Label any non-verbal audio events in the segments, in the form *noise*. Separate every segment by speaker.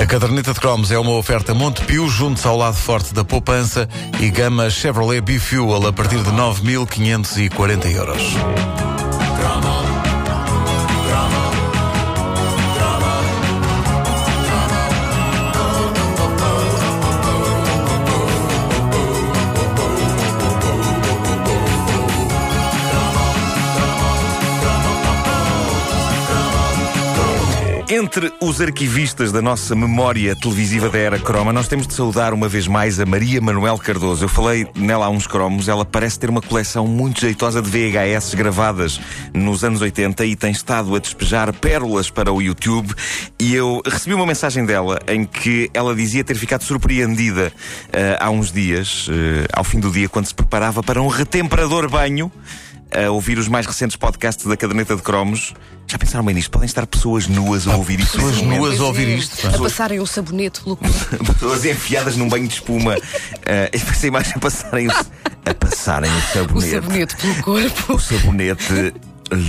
Speaker 1: A caderneta de cromos é uma oferta Montepio, junto ao lado forte da poupança e gama Chevrolet B-Fuel a partir de 9.540 euros.
Speaker 2: Entre os arquivistas da nossa memória televisiva da era croma, nós temos de saudar uma vez mais a Maria Manuel Cardoso. Eu falei nela há uns cromos, ela parece ter uma coleção muito jeitosa de VHS gravadas nos anos 80 e tem estado a despejar pérolas para o YouTube. E eu recebi uma mensagem dela em que ela dizia ter ficado surpreendida eh, há uns dias, eh, ao fim do dia, quando se preparava para um retemperador banho a ouvir os mais recentes podcasts da caderneta de cromos. Já pensaram bem nisto? Podem estar pessoas nuas a ouvir isto.
Speaker 1: Pessoas
Speaker 2: neste momento.
Speaker 1: nuas a ouvir isto. pá.
Speaker 3: A passarem o sabonete pelo corpo.
Speaker 2: *laughs* Pessoas enfiadas num banho de espuma. Eh, essa imagem a passarem o, a passarem o
Speaker 3: O
Speaker 2: sabonete.
Speaker 3: sabonete
Speaker 1: *laughs*
Speaker 3: pelo corpo.
Speaker 2: O sabonete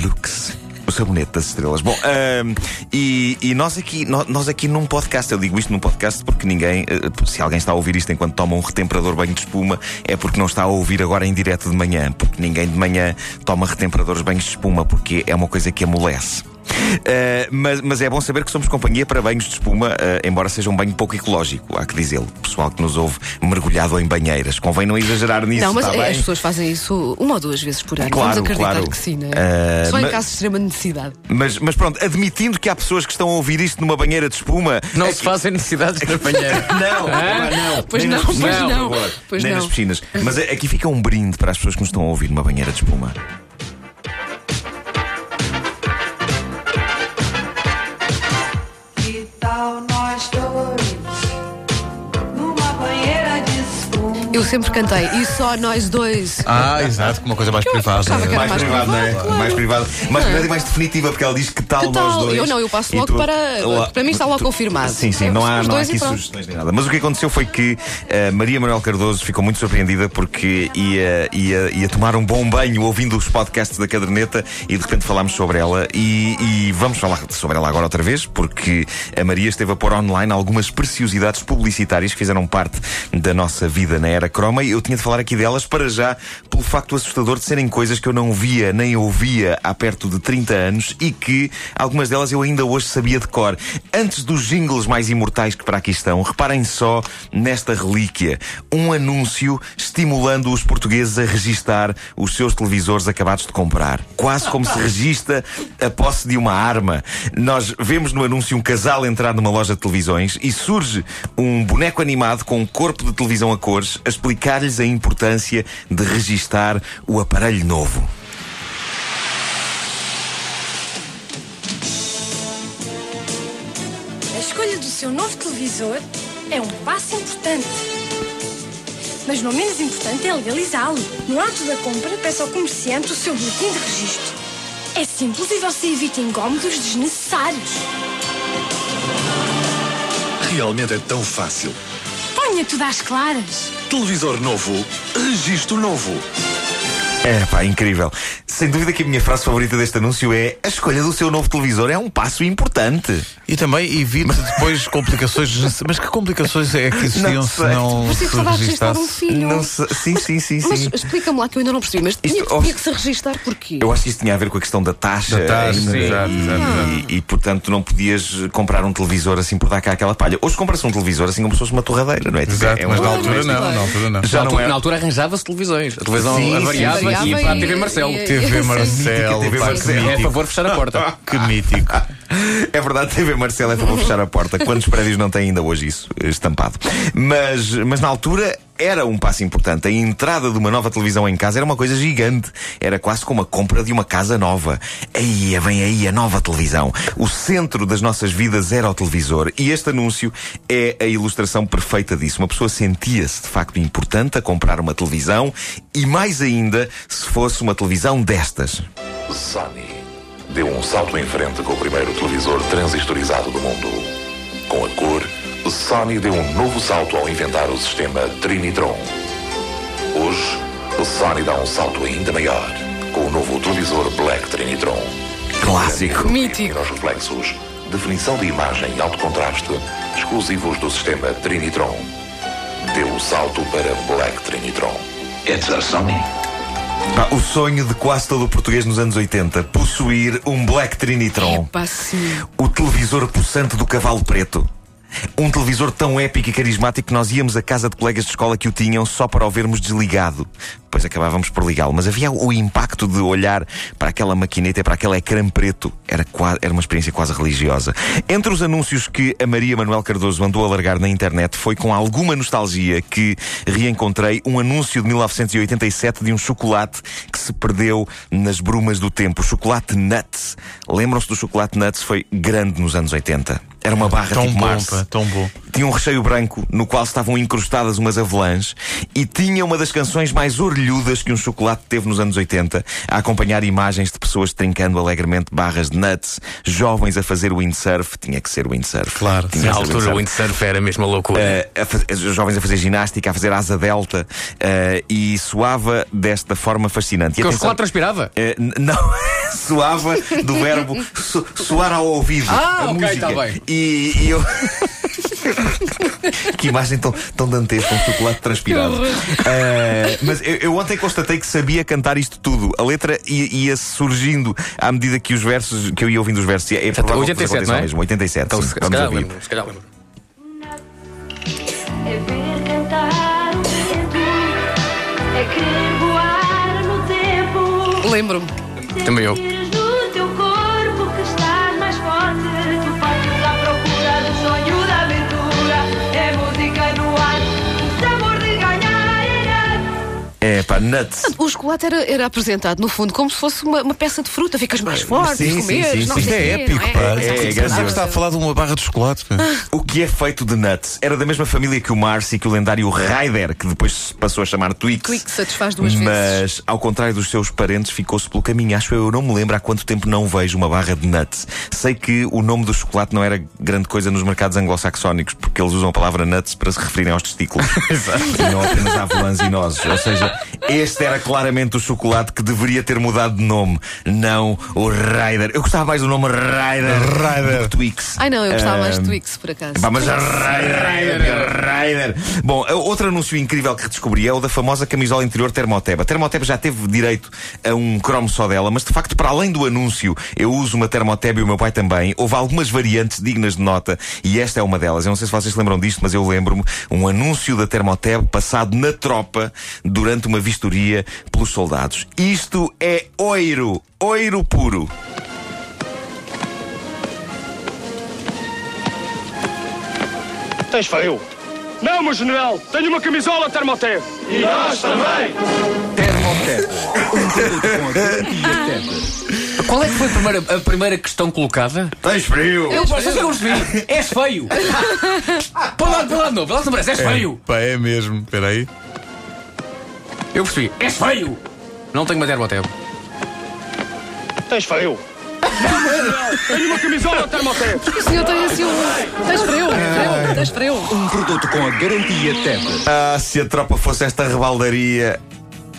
Speaker 2: Lux. O sabonete das estrelas. Bom, ahm, e, e nós, aqui, nó- nós, aqui num podcast, eu digo isto num podcast porque ninguém, eh, se alguém está a ouvir isto enquanto toma um retemperador banho de espuma, é porque não está a ouvir agora em direto de manhã, porque ninguém de manhã toma retemperadores banhos de espuma, porque é uma coisa que amolece. Uh, mas, mas é bom saber que somos companhia para banhos de espuma, uh, embora seja um banho pouco ecológico, há que dizê-lo. O Pessoal que nos ouve mergulhado em banheiras. Convém não exagerar nisso,
Speaker 3: não, mas
Speaker 2: está
Speaker 3: eh,
Speaker 2: bem?
Speaker 3: as pessoas fazem isso uma ou duas vezes por ano.
Speaker 2: Claro,
Speaker 3: Vamos acreditar
Speaker 2: claro.
Speaker 3: que sim, né?
Speaker 1: Ah,
Speaker 2: Eh,
Speaker 3: Só em
Speaker 2: mas-
Speaker 3: casos de extrema necessidade.
Speaker 2: Mas, mas pronto, admitindo que há pessoas que estão a ouvir isto numa banheira de espuma.
Speaker 4: Não
Speaker 2: é
Speaker 4: se
Speaker 2: que-
Speaker 4: fazem necessidades de *laughs* banheiro.
Speaker 2: Não,
Speaker 4: Hã?
Speaker 2: não, é?
Speaker 3: Pois
Speaker 2: nem
Speaker 3: não,
Speaker 2: nas
Speaker 3: pois
Speaker 2: piscinas, por
Speaker 3: não.
Speaker 2: favor,
Speaker 3: Pois
Speaker 2: nem
Speaker 3: não.
Speaker 2: nas piscinas. Mas eh, aqui fica um brinde para as pessoas que nos estão a ouvir numa banheira de espuma.
Speaker 5: Que tal nós dois numa banheira de espuma?
Speaker 3: Eu sempre cantei, e só nós dois.
Speaker 1: Ah, exato, uma coisa mais privada.
Speaker 3: achava que era
Speaker 2: mais, privado, não é? Mais privado. Mais privado e mais definitiva, porque ela diz que tal
Speaker 3: Que tal?
Speaker 2: nós dois.
Speaker 3: Eu não, eu passo
Speaker 2: E
Speaker 3: logo para- para mim está logo confirmado.
Speaker 2: Sim, sim,
Speaker 3: É,
Speaker 2: não há,
Speaker 3: os
Speaker 2: não há
Speaker 3: dois
Speaker 2: aqui
Speaker 3: e pronto.
Speaker 2: sugestões nem nada. Mas o que aconteceu foi que eh, Maria Manuel Cardoso ficou muito surpreendida porque ia, ia, ia tomar um bom banho ouvindo os podcasts da caderneta e de repente falámos sobre ela e, e vamos falar sobre ela agora outra vez, porque a Maria esteve a pôr online algumas preciosidades publicitárias que fizeram parte da nossa vida na era croma e eu tinha de falar aqui delas para já pelo facto assustador de serem coisas que eu não via nem ouvia há perto de 30 anos e que algumas delas eu ainda hoje sabia de cor. Antes dos jingles mais imortais que para aqui estão, reparem só nesta relíquia. Um anúncio estimulando os portugueses a registar os seus televisores acabados de comprar. Quase como se regista a posse de uma arma. Nós vemos no anúncio um casal entrar numa loja de televisões e surge um boneco animado com um corpo de televisão a cores a explicar-lhes a importância de registar o aparelho novo.
Speaker 6: A escolha do seu novo televisor é um passo importante. Mas não menos importante é legalizá-lo. No ato da compra, peça ao comerciante o seu boletim de registro. É simples e você evita incómodos desnecessários.
Speaker 7: Realmente é tão fácil.
Speaker 6: Ponha tudo às claras.
Speaker 7: Televisor novo, registro novo.
Speaker 2: É pá, incrível. Sem dúvida que a minha frase favorita deste anúncio é: a escolha do seu novo televisor é um passo importante.
Speaker 1: E também evite depois complicações. desnecess- Mas que complicações é que existiam
Speaker 2: Não
Speaker 1: se
Speaker 2: sei.
Speaker 1: não
Speaker 3: Por
Speaker 1: se
Speaker 3: isso que saudades de registrar um
Speaker 1: registasse?
Speaker 3: filho.
Speaker 2: Não sei- Sim, sim, sim,
Speaker 3: Mas
Speaker 2: sim.
Speaker 3: explica-me lá que eu ainda não percebi, mas tinha,
Speaker 2: Isto-
Speaker 3: tinha que se registar porquê?
Speaker 2: Eu acho que isso tinha a ver com a questão da taxa.
Speaker 1: Da taxa,
Speaker 2: ainda,
Speaker 1: sim,
Speaker 2: e,
Speaker 1: exato, exato,
Speaker 2: e- e, portanto não podias comprar um televisor assim por dar cá aquela palha. Hoje compra-se um televisor assim como se fosse uma torradeira, não é?
Speaker 1: Exato,
Speaker 2: é um
Speaker 1: mas na
Speaker 3: Olha,
Speaker 1: altura
Speaker 3: mas
Speaker 1: não,
Speaker 3: bem.
Speaker 1: na altura não.
Speaker 2: Já
Speaker 4: na,
Speaker 2: não
Speaker 4: altura,
Speaker 2: é.
Speaker 4: na altura arranjava-se televisões. A televisão
Speaker 2: Sim, sim,
Speaker 4: variava
Speaker 3: variava
Speaker 4: e ia para a
Speaker 3: e-
Speaker 4: TV Marcelo.
Speaker 3: e-
Speaker 1: TV
Speaker 3: *laughs* Eu
Speaker 1: Marcelo,
Speaker 2: sei.
Speaker 1: pá, que
Speaker 2: TV
Speaker 4: É a
Speaker 1: mítico.
Speaker 4: favor fechar a porta.
Speaker 1: *laughs* Que mítico.
Speaker 2: É verdade, TV Marcelo é para fechar a porta. Quantos prédios não têm ainda hoje isso eh, estampado? Mas, mas na altura era um passo importante. A entrada de uma nova televisão em casa era uma coisa gigante. Era quase como a compra de uma casa nova. Aí vem aí a nova televisão. O centro das nossas vidas era o televisor. E este anúncio é a ilustração perfeita disso. Uma pessoa sentia-se de facto importante a comprar uma televisão e mais ainda se fosse uma televisão destas.
Speaker 8: Sony deu um salto em frente com o primeiro televisor transistorizado do mundo. Com a cor, Sony deu um novo salto ao inventar o sistema Trinitron. Hoje, Sony dá um salto ainda maior com o novo televisor Black Trinitron.
Speaker 2: Clássico.
Speaker 8: Mítico. Os reflexos definição de imagem e alto contraste, exclusivos do sistema Trinitron. Dê o salto para Black Trinitron. It's a Sony.
Speaker 2: Pá, o sonho de quase todo o português nos anos 80, possuir um Black Trinitron.
Speaker 3: Epá, sim.
Speaker 2: O televisor possante do cavalo preto. Um televisor tão épico e carismático que nós íamos à casa de colegas de escola que o tinham só para o vermos desligado. Depois acabávamos por ligá-lo. Mas havia o impacto de olhar para aquela maquineta e para aquele ecrã preto. Era, qua- era uma experiência quase religiosa. Entre os anúncios que a Maria Manuel Cardoso andou a largar na internet, foi com alguma nostalgia que reencontrei um anúncio de 1987 de um chocolate que se perdeu nas brumas do tempo. O chocolate Nuts. Lembram-se do chocolate Nuts? Foi grande nos anos 80. Era uma barra
Speaker 1: Tão
Speaker 2: tipo
Speaker 1: bom,
Speaker 2: Mars.
Speaker 1: pá, tão bom.
Speaker 2: Tinha um recheio branco no qual estavam incrustadas umas avelãs e tinha uma das canções mais orlhudas que um chocolate teve nos anos 80, a acompanhar imagens de pessoas trincando alegremente barras de nuts, jovens a fazer windsurf, tinha que ser windsurf.
Speaker 1: Claro,
Speaker 2: tinha
Speaker 1: sim.
Speaker 2: que
Speaker 4: Na
Speaker 2: ser
Speaker 4: altura, o windsurf era mesmo a loucura.
Speaker 2: eh, a fa- os jovens a fazer ginástica, a fazer asa delta eh, e soava desta forma fascinante. E
Speaker 4: Porque o
Speaker 2: atenção-
Speaker 4: chocolate transpirava.
Speaker 2: eh, n- não, *laughs* soava do verbo so- soar ao ouvido.
Speaker 4: Ah,
Speaker 2: a
Speaker 4: ok,
Speaker 2: música.
Speaker 4: tá bem.
Speaker 2: E, e eu. *laughs* que imagem tão, tão dantesca, um chocolate transpirado. Eh, mas eu, eu ontem constatei que sabia cantar isto tudo. A letra ia, ia surgindo à medida que os versos, que eu ia ouvindo os versos. E É, é provável que vos
Speaker 4: 87,
Speaker 2: aconteça
Speaker 4: não é?
Speaker 2: mesmo. 87.
Speaker 4: Então,
Speaker 2: sim,
Speaker 4: se se
Speaker 2: vamos
Speaker 4: calhar
Speaker 2: ouvir.
Speaker 4: lembro. Se calhar lembro.
Speaker 5: É ver cantar o vento, é querer voar no tempo.
Speaker 3: Lembro-me.
Speaker 4: Também eu.
Speaker 5: Sentires no teu corpo que estás mais forte. Tu partes à procura do sonho da aventura. É música no ar, o sabor de ganhar.
Speaker 2: É pá, nuts.
Speaker 3: O chocolate era, era apresentado, no fundo, como se fosse uma, uma peça de fruta. Ficas mais forte,
Speaker 2: sim, sim,
Speaker 3: comeres,
Speaker 2: sim,
Speaker 3: não
Speaker 2: sim.
Speaker 1: Isto
Speaker 3: sei
Speaker 1: é
Speaker 3: o quê, não
Speaker 1: épico, pá.
Speaker 2: É, é
Speaker 1: Ah,
Speaker 2: grandioso.
Speaker 1: está a falar de uma barra de chocolate. pá.
Speaker 2: O que é feito de nuts era da mesma família que o Mars e que o lendário Raider, que depois se passou a chamar Twix.
Speaker 3: Twix satisfaz duas vezes.
Speaker 2: Mas, ao contrário dos seus parentes, ficou-se pelo caminho. Acho eu, eu não me lembro há quanto tempo não vejo uma barra de nuts. Sei que o nome do chocolate não era grande coisa nos mercados anglo-saxónicos, porque eles usam a palavra nuts para se referirem aos
Speaker 3: *laughs*
Speaker 2: testículos. e não apenas a avelãs e nozes. Ou seja, este era claramente o chocolate que deveria ter mudado de nome, não o Raider. Eu gostava mais do nome Raider,
Speaker 1: Raider.
Speaker 2: do que Twix.
Speaker 3: Ai não, eu gostava mais de
Speaker 2: Ahm,
Speaker 3: Twix, por acaso.
Speaker 2: Pá, Ehm, mas a Raider, Raider. Bom, a- outro anúncio incrível que descobri é o da famosa camisola interior Termoteb. A Termoteb já teve direito a um cromo só dela, mas de facto, para além do anúncio, eu uso uma Termoteb e o meu pai também. Houve algumas variantes dignas de nota e esta é uma delas. Eu não sei se vocês se lembram disto, mas eu lembro-me um anúncio da Termoteb passado na tropa durante uma vistoria pelos soldados. Isto é oiro, oiro puro.
Speaker 9: Tens frio? Não, meu general! Tenho uma camisola termotev! E nós também!
Speaker 4: Qual é que foi a primeira, a primeira questão colocada?
Speaker 2: Tens frio?
Speaker 4: Eu gosto,
Speaker 3: um
Speaker 4: eu percebi. És *laughs* feio. Põe lá, põe lá de novo. Lá se parece. És feio.
Speaker 1: Pá, é mesmo. Espera aí.
Speaker 4: Eu percebi. És feio. Não tenho uma dermoteb.
Speaker 9: Tens frio?
Speaker 7: Tenho uma camisola termotex.
Speaker 3: O senhor tem assim um. Tens frio, frio, tens frio.
Speaker 7: Um produto com a garantia TEP.
Speaker 2: Ah, se a tropa fosse esta rebaldaria.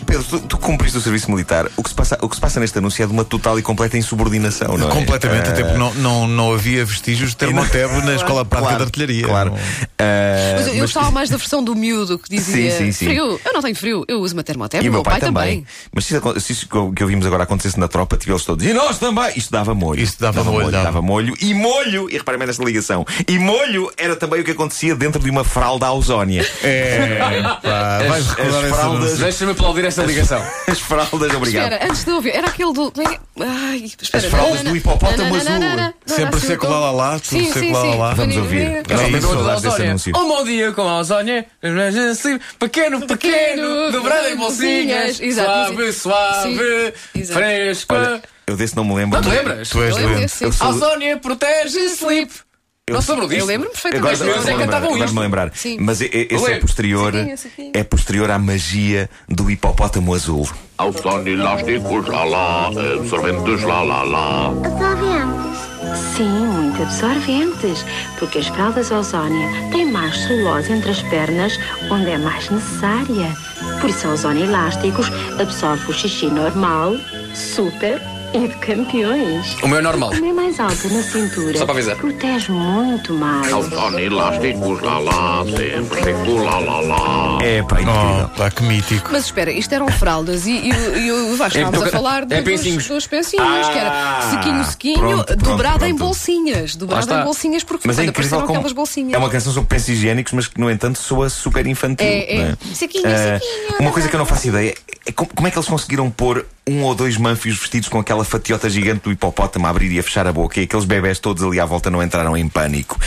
Speaker 2: Pedro, tu, tu cumpriste o serviço militar. O que, se passa, o que se passa neste anúncio é de uma total e completa insubordinação, não é?
Speaker 1: Completamente,
Speaker 2: Ah,
Speaker 1: até porque não, não, não havia vestígios de termotebo na escola prática
Speaker 2: claro,
Speaker 1: de artilharia.
Speaker 2: Claro.
Speaker 1: Não-
Speaker 2: Ah,
Speaker 3: Mas eu
Speaker 2: mas-
Speaker 3: gostava mais da versão do miúdo que dizia
Speaker 2: Sim, sim, sim.
Speaker 3: frio. Eu não tenho frio, eu uso uma termotep, o é meu pai, também.
Speaker 2: Mas se isso, acon- se isso que eu- que ouvimos agora acontecesse na tropa, tive eles todos. E nós também! Isto dava molho.
Speaker 1: Isto dava molho, dava.
Speaker 2: Dava. molho. E molho, e reparem bem nesta ligação, e molho era também o que acontecia dentro de uma fralda
Speaker 3: *laughs*
Speaker 2: ausónia.
Speaker 1: É, pá, vais
Speaker 2: As-
Speaker 1: recordar
Speaker 2: as
Speaker 1: esse
Speaker 2: fraldas-
Speaker 1: anúncio.
Speaker 4: Deixa-me aplaudir esta ligação.
Speaker 2: As fraldas, obrigado.
Speaker 3: Espera, antes de ouvir, era aquele do. como é que- Ai, espera.
Speaker 2: As fraldas do hipopótamo azul.
Speaker 1: Sempre seco lá, lá, lá, tudo
Speaker 3: assim, Sim,
Speaker 1: seco
Speaker 3: sim,
Speaker 1: lá, lá,
Speaker 3: sim.
Speaker 1: lá.
Speaker 2: Vamos ouvir.
Speaker 1: É
Speaker 4: Também
Speaker 1: isso,
Speaker 4: gosto da
Speaker 2: saudades desse
Speaker 4: Ausónia.
Speaker 2: anúncio.
Speaker 4: Um bom dia com a né? Ausónia. assim, Pequeno, pequeno, dobrado em bolsinhas.
Speaker 3: Exato, sim.
Speaker 4: Suave, suave,
Speaker 3: Sim, exato.
Speaker 4: fresca.
Speaker 2: Eu desse não me lembro.
Speaker 4: Não te lembras?
Speaker 1: Tu és
Speaker 3: Eu lembro
Speaker 1: doente.
Speaker 3: desse, sim.
Speaker 2: sou-
Speaker 4: Ausónia protege sleep. Não se lembram disto?
Speaker 3: Eu lembro-me
Speaker 2: Agora
Speaker 3: perfeitamente.
Speaker 4: Mas eles é
Speaker 2: agora
Speaker 4: que cantavam
Speaker 2: agora
Speaker 4: isto.
Speaker 2: me lembrar.
Speaker 3: Sim.
Speaker 2: Mas e- e- esse
Speaker 4: Lê.
Speaker 2: é posterior,
Speaker 3: Saquinho, saquinho.
Speaker 2: é posterior à magia do hipopótamo azul.
Speaker 8: Ao som de elásticos, lá lá, absorventes, lá lá lá.
Speaker 10: Absorventes. Sim, muito absorventes, porque as fraldas ozónia têm mais celulose entre as pernas, onde é mais necessária. Por isso, a ozónia elásticos absorve o xixi normal, super É de campeões.
Speaker 4: O meu é normal.
Speaker 10: Também mais alta na cintura.
Speaker 4: Só para avisar.
Speaker 10: Protege muito mais.
Speaker 11: elásticos, lá lá, sempre circula, lá lá.
Speaker 2: É, pá,
Speaker 1: incrível. Oh, pá, que mítico.
Speaker 3: Mas espera, isto eram fraldas e, e, o- e o Vasco
Speaker 4: É
Speaker 3: estávamos a
Speaker 4: porque-
Speaker 3: falar de,
Speaker 4: é
Speaker 3: dos,
Speaker 4: pensinhos.
Speaker 3: dos pensinhos, que era sequinho, sequinho,
Speaker 2: pronto,
Speaker 3: dobrado
Speaker 2: pronto,
Speaker 3: em
Speaker 2: pronto.
Speaker 3: bolsinhas. Dobrado
Speaker 2: está.
Speaker 3: em bolsinhas, porque
Speaker 2: Mas é
Speaker 3: quando
Speaker 2: incrível
Speaker 3: apareceram
Speaker 2: como
Speaker 3: aquelas bolsinhas.
Speaker 2: é uma canção sobre pensos higiênicos, mas que, no entanto, soa super infantil.
Speaker 3: É, é.
Speaker 2: não
Speaker 3: Sequinho,
Speaker 2: Ah,
Speaker 3: sequinho,
Speaker 2: Uma coisa que eu não faço ideia é como, como é que eles conseguiram pôr um ou dois manfios vestidos com aquela fatiota gigante do hipopótamo a abrir e a fechar a boca e aqueles bebés todos ali à volta não entraram em pânico.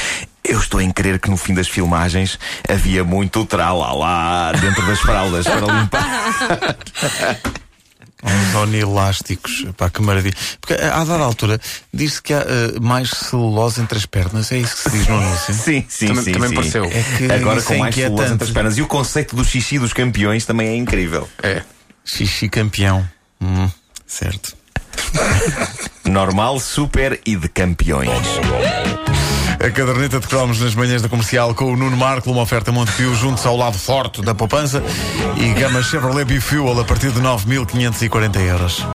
Speaker 2: Eu estou em crer que no fim das filmagens havia muito tralala dentro das fraldas para
Speaker 3: *laughs*
Speaker 2: limpar.
Speaker 1: Uns onilásticos, pá, que maravilha. Porque eh, a dada altura diz-se que há eh, mais celulose entre as pernas, é isso que se diz no anúncio.
Speaker 2: Sim, sim,
Speaker 4: Também-
Speaker 2: sim.
Speaker 4: também
Speaker 2: sim.
Speaker 4: pareceu.
Speaker 1: É que
Speaker 2: Agora
Speaker 1: isso
Speaker 2: com
Speaker 1: é
Speaker 2: mais celulose
Speaker 1: inquietante.
Speaker 2: entre as pernas. E o conceito do xixi dos campeões também é incrível.
Speaker 4: É.
Speaker 1: Xixi campeão. Hum, certo.
Speaker 2: Normal, super e de campeões.
Speaker 1: A caderneta de cromos nas manhãs da comercial com o Nuno Marco, uma oferta Montepio junto ao lado forte da poupança e gama Chevrolet Bifuel a partir de 9.540 euros.